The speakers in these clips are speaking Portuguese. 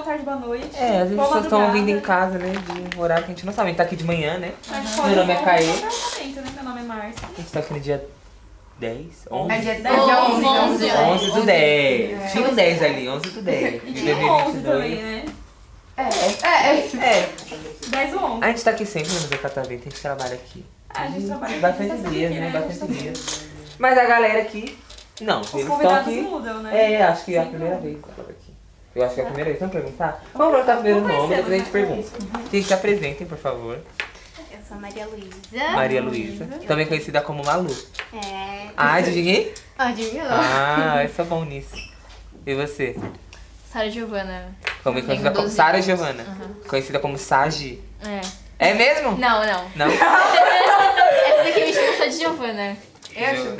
tarde, boa noite. É, às vezes as pessoas estão madrugada. ouvindo em casa, né? De um horário que a gente não sabe. A gente tá aqui de manhã, né? Mas Meu pode nome é ir Caê. no apartamento, né? Meu nome é Márcia. A gente tá aqui no dia 10, 11? É dia 10 Onze, de 11, onze, 11 do 10. É. Tinha um 10 ali, 11 do 10. E De tinha 11 também, 2022. né? É, é, é. É, 10 ou 11. a gente tá aqui sempre no Museu Catavento, a gente trabalha aqui. Ah, a gente trabalha Bastante aqui, dias, né? aqui, A gente Bastante tá aqui. dias. Mas a galera aqui, não, eles Os estão convidados aqui. mudam, né? É, acho que é a Sempre primeira mudam. vez agora aqui. Eu acho que é a primeira vez. Vamos perguntar? Vamos perguntar primeiro o Vamos nome, depois a gente conhecer, né? pergunta. Gente, se apresentem, por favor. Eu sou a Maria Luísa. Maria Luísa, também conhecida como Malu. É. Ah, de ninguém? Admiro. Ah, eu sou bom nisso. E você? Sara Giovana. Também Tenho conhecida como 12 Sara anos. Giovana. Conhecida como Sagi. É. É mesmo? Não, não. Não? Essa daqui me chama só de Giovana. Eu-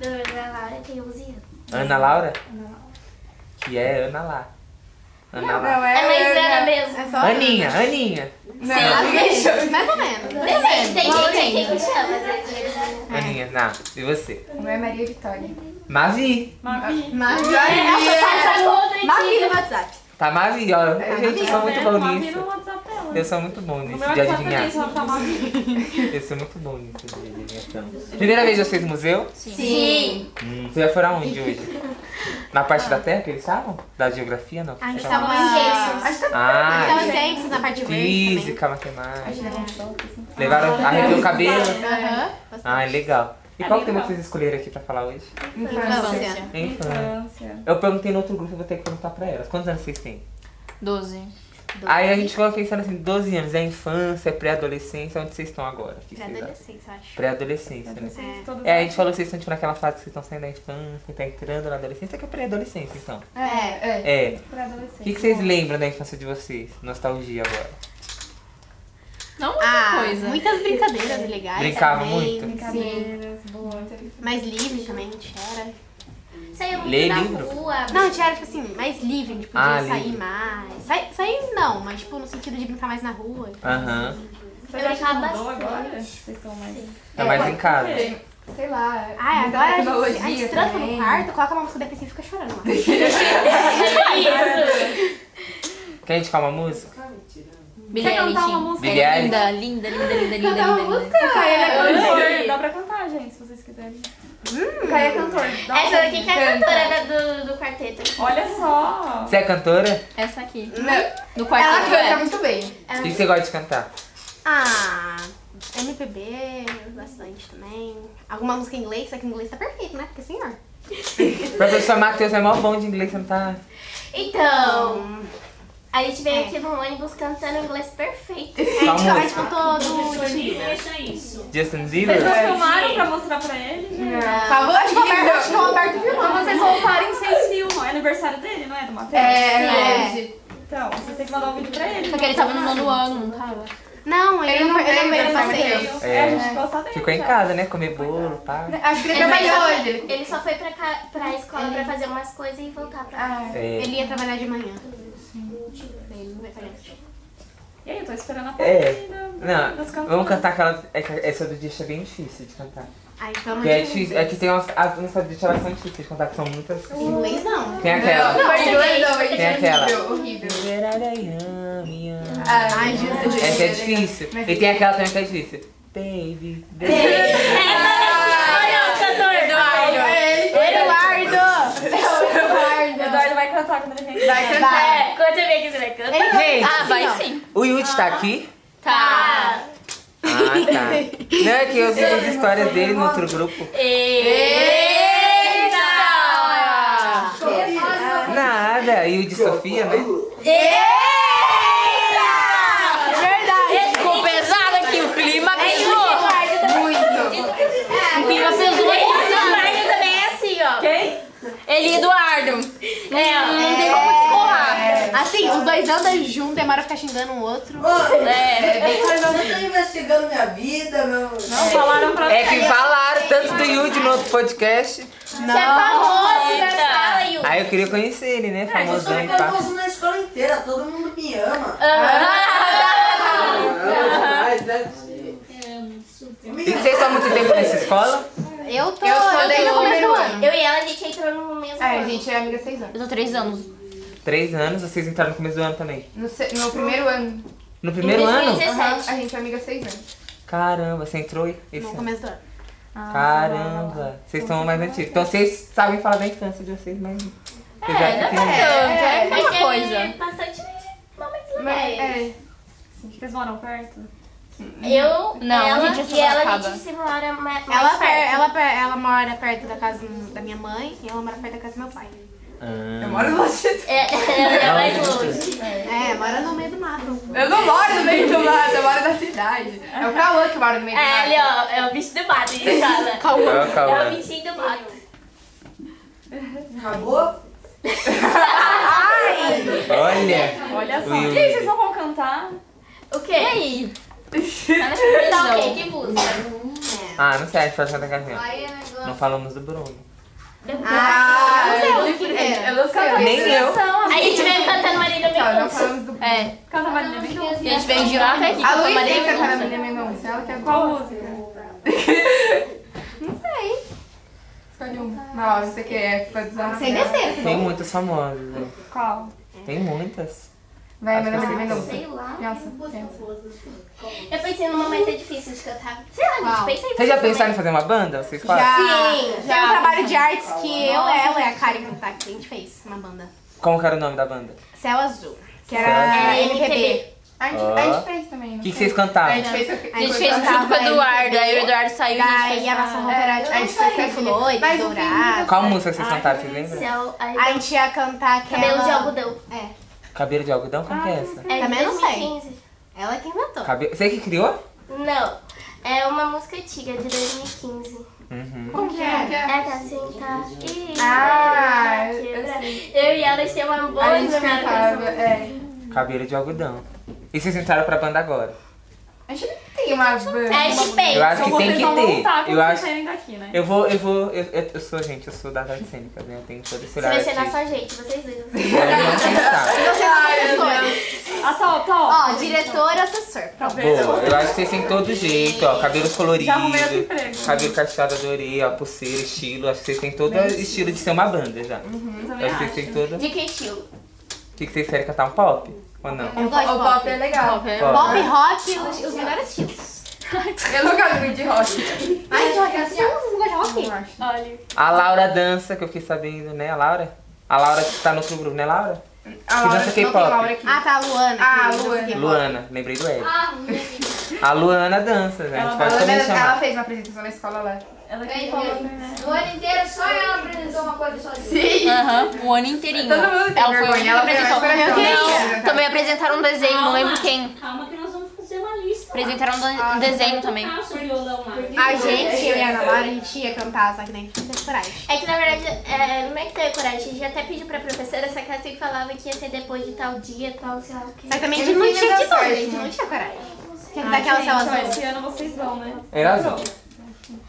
Meu nome é Laura, eu tenho 11 anos. Ana Laura? Que é Ana Lá. Ana Lá. é, É, mas era mesmo. É só Aninha, Aninha. Não, ninguém chama. Mais ou menos. Depende, tem gente que chama, mas é de- Aninha, Ná. E você? Não é Maria Vitória. Mavi. Mavi. Maria! Essa outra é Mavi de- no WhatsApp. Tá Mavi, ó. Eu, gente, eu sou muito né? bom Mavi no nisso. WhatsApp dela. Eu sou muito bom No nisso, meu de WhatsApp também, adivinhar. só tá Mavi. Eu sou muito bom nisso, de adivinhação. Primeira vez de vocês no museu? Sim. Hum, vocês foram aonde hoje? Na parte da Terra que eles estavam? Da geografia, não? A gente Então, Estavam- tava em ciências. Ah, Tava em ciências na parte verde também. Física, matemática. Leva um choque, assim. Levaram, arrepiou o cabelo. Aham. Ah, legal. E É qual bem tema legal. que vocês escolheram aqui pra falar hoje? É Infância. Infância. Infância. Infância. Eu perguntei no outro grupo, eu vou ter que perguntar pra elas. Quantos anos vocês têm? 12. Aí a gente ficou pensando assim, 12 anos. É infância, é pré-adolescência. Onde vocês estão agora? O que vocês acham? Pré-adolescência, eu acho. Pré-adolescência, né? Vocês todos- É, a gente falou que vocês estão tipo, naquela fase que vocês estão saindo da infância, tá entrando na adolescência, que é pré-adolescência, então. É, é. É. Pra O adolescente. que, que vocês lembram da infância de vocês? Nostalgia agora. Não muita Ah, coisa. muitas brincadeiras legais. Brincava também. muito? Brincadeiras, boas. Mais livre também, não era. Saiu muito Lê na livro? rua. Não, a gente era, tipo assim, mais livre, a gente podia Ah, sair livre. mais. Sai- sair não, mas tipo, no sentido de brincar mais na rua. Aham. Vocês Eu acham que mudou brincava agora? bastante. Vocês estão mais... Tá mais em casa. Sei lá. Ai, muita agora a gente, tecnologia a gente tranca no também. quarto, coloca uma música depressiva e fica chorando lá. Quer indicar uma música? Billie Quer cantar uma Eilish. música? Billie Eilish. Linda, linda, linda, linda, é linda, linda, linda. Caê é Oi. cantor. Dá pra cantar, gente, se vocês quiserem. Hum. Caê é cantor. Dá Essa um- daqui que é a cantora da- do, do quarteto. Olha só. Você é cantora? Essa aqui. Não, No ela quarto do canta é. muito bem. O que que você gosta de cantar? Ah, MPB, bastante também. Alguma música em inglês, só que em inglês tá perfeito, né? Porque senhor. Professor Matheus é mó bom de inglês, você não tá. Então, a gente veio aqui no ônibus cantando inglês perfeito. Qual A gente música? Tá cantou do Justin Vocês não Bieber? É. filmaram pra mostrar pra ele? gente? Pavor, acho que Roberto, acho que o Roberto Quando Firmino. vocês voltarem, vocês filmam. É aniversário dele, não é? Do Matheus? É, hoje. Então, vocês têm que mandar um vídeo pra ele. Só que ele tava no nono ano, não tava? Não, ele, Ele não não veio, ele não veio ele no não passeio. Veio. É. É, a gente gosta dele. Ficou em já. casa, né? Comer bolo, pá. Acho que ele Ele trabalhou só- hoje. Ele só foi pra, ca- pra escola pra fazer umas coisas e voltar pra casa. É. Ele ia trabalhar de manhã. Ele não vai trabalhar. E aí, eu tô esperando a É. partida. Não, das canções. vamos cantar aquela. essa- Essa do Disha é bem difícil de cantar. Aí então Porque é, difícil, é que tem umas. As músicas do Disha elas são difíceis de cantar, que são muitas. Em inglês não. Tem aquela. Não, português não, Tem é aquela. horrível, horrível. Essa Ai, Jesus. é difícil. E tem aquela também que é difícil. Baby, baby. Ah, É Eduardo! É Eduardo vai cantar quando ele vier. Vai cantar. Quanto é que você vai cantar? Gente, Ah, vai sim. o Yuji tá aqui? Tá. Ah, tá. Não, é que eu vi as histórias dele no outro grupo. Eita! Nada, e o de Sofia, né? Ficou pesado aqui, o clima pesou. Muito. O clima pesou. Eduardo também é assim, ó. Quem? Ele, Eduardo. É, não tem como escorrar. É. Assim, os dois andam junto, demora ficar xingando um outro. É. Mas eu não tô investigando minha vida, meu. Não falaram pra É que falaram tanto do Yuji no outro podcast. Você é famoso na sala, Yu. Aí eu queria conhecer ele, né? Eu sou Famosão e pá. famoso na escola inteira, todo mundo me ama. Ah, E vocês estão há muito tempo nessa escola? Eu tô, Eu eu tô tô desde no o começo primeiro do ano. ano. Eu e ela, a gente entrou no mesmo É, a ano. gente é amiga há seis anos. Eu tô três anos. Três anos, vocês entraram no começo do ano também. No, se- no primeiro ano. No primeiro ano? 2016. Aham, a gente é amiga há seis anos. Caramba, você entrou esse No ano. começo do ano. Caramba, vocês estão mais antigos. Então vocês sabem falar da infância de vocês, mas. É, É, é Mas uma teve coisa. Bastante momentos Mas, legais. é. Vocês moram perto? Eu, Não, ela gente, eu sou e ela, a sacada. gente se mora ma- mais Ela, per- perto. ela, per- ela mora perto da casa da minha mãe e ela mora perto da casa do meu pai. Ah. Eu um moro longe. É, ela é mais longe. É, mora no meio do mato. Eu não moro no meio do mato, eu moro na cidade. É o Cauã que mora no meio do É, mato. ali ó, é o bicho do mato, ele fala. Calma, É o calma. bichinho do mato. Acabou? Olha. Olha só. Ui, ui, E aí, vocês ui. não vão cantar? O quê? E aí? Tá o quê? Que música? Ah, não sei, a gente faz Santa Catarina. Não falamos do Bruno. Ah, é eu não É, sei. primeiro. Eu não sei. Nem eu. Aí a gente veio cantando Marília Não, não Mendonça. falamos do... É. Canta Marília Mendonça. A gente veio de lá até aqui. A Luísa Maria tem que cantar Mendonça. Marília Mendonça. Ela quer qual música? Não sei. Escolhe uma. um- Não, é você quer ficar desarmado. Sem descer. Tem muitas famosas, né? Qual? Tem muitas. Vai, Acho que eu Marília sei. Mendonça. Sei lá. Pensa, pensa. Eu pensei numa mais difícil de cantar. Sei lá, a gente pensa em Vocês já música, pensaram em fazer uma banda? Vocês quatro? Já. Sim, Tem um trabalho de artes que eu, ela e a Karen cantar que a gente fez, uma banda. Como que era o nome da banda? Céu Azul. Que Céu era Azul. MPB. A gente, a gente fez também. O não Ah. que, que fez? vocês cantavam? A gente fez... A A gente Enquanto eu fez junto com o tava Eduardo, em aí o Eduardo saiu e a gente Daí fez. a nossa roupa É, era eu tipo, de não sei. Café Flores, Mas o Dourado. Qual música vocês cantaram? Vocês lembram? céu, aí A gente ia cantar aquela... cabelo de algodão. É. Cabelo de algodão? Como que é essa? É de Também não sei. 2015. Ela que inventou. Cabelo... Você que criou? Não, é uma música antiga de 2015. Uhum. Como que é? É pra sentar e Ah, eu- quebrar. eu sei. Eu e ela tinha uma boa A gente jornada. cantava, é. Cabelo de algodão. E vocês entraram pra banda agora? A gente não tem uma... É, a gente Eu pensa. acho Então que tem que ter. Eu acho. saírem daqui, né? Eu vou, eu vou, eu, eu- eu sou, gente, eu sou das artes cênicas, né? Eu tenho todo esse Você lado. vai ser na sua gente, vocês dois. Boa, Ah, tá, tá. Ó, diretor e assessor. Pronto. eu acho que vocês têm todo jeito, ó. Cabelos coloridos. Já arrumei outro emprego. Cabelo cacheado, adorei, ó. Pulseira, estilo. Acho que vocês têm todo o estilo de ser uma banda já. Uhum, também acho que vocês têm todo. De que estilo? O que, que vocês querem cantar? Um pop? Ou não? Eu gosto O de pop. pop é legal. Pop, rock, os, os melhores estilos. Eu nunca vi de rock. Ai, de rock, assim, eu não gosto de rock. A Laura dança, que eu fiquei sabendo, né? A Laura? A Laura que tá no outro grupo, né, Laura? A Que Laura, dança não tem K-pop. Laura aqui. Ah, tá, a Luana. Ah, que- Luana. que- Luana, lembrei do L. A Luana dança, né? A gente A pode Luana, também Ah, ela chamar. fez uma apresentação na escola lá. Ela que falou, né? O ano inteiro só ela apresentou uma coisa sozinha. Sim. Aham, o ano inteirinho. Todo mundo tem ela foi vergonha, o único ela que foi apresentou. mais corajosa. Eu queria. Não, também apresentaram um desenho, não lembro quem. Calma que nós vamos fazer uma lista. Apresentaram um de- um desenho também. Ah, sobre o violão lá. A gente, eu e a Ana Laura, a gente ia cantar, só que nem tinha coragem. É que na verdade, é, não é que teve coragem. A gente até pediu pra professora, só que ela sempre falava que ia ser depois de tal dia, tal, sei lá o quê. Só que também a Eles gente não não tinha de deu tudo, a certo, gente né? não tinha coragem. Tinha que dar aquela céu Então, azul. esse ano vocês vão, né? Era azul.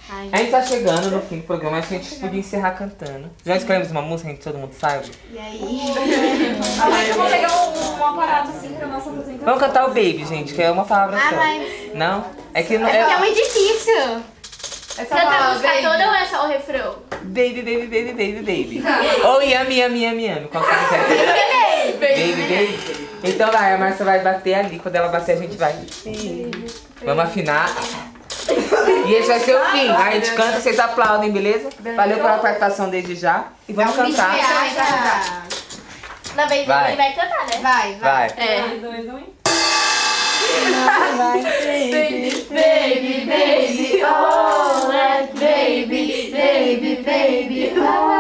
Ai, A gente tá chegando no fim do programa, acho que a gente podia encerrar cantando. Já escolhemos uma música que todo mundo saiba? E aí? Ah, mas eu vou pegar um, um aparato assim pra nossa apresentação. Vamos cantar o Baby, gente, que é uma palavra Ah, só. mas- Não? É que não É é. muito difícil. tá É só Canta a falar, música baby. toda ou é só o refrão? Baby, baby, baby, baby, baby. Oh, Ou yami, yami, yami, yami. Qual que você quer? Baby, baby. Então vai, a Márcia vai bater ali. Quando ela bater, a gente vai. Vamos afinar. E esse vai ser o fim. A gente canta, vocês aplaudem, beleza? Valeu pela participação desde já. E vamos cantar. Ai, tá. Na vez Vai. ele vai cantar, né? Vai, Vai. vai. É. Dois, um, hein? Baby, baby, oh, let baby, baby, baby, oh. É.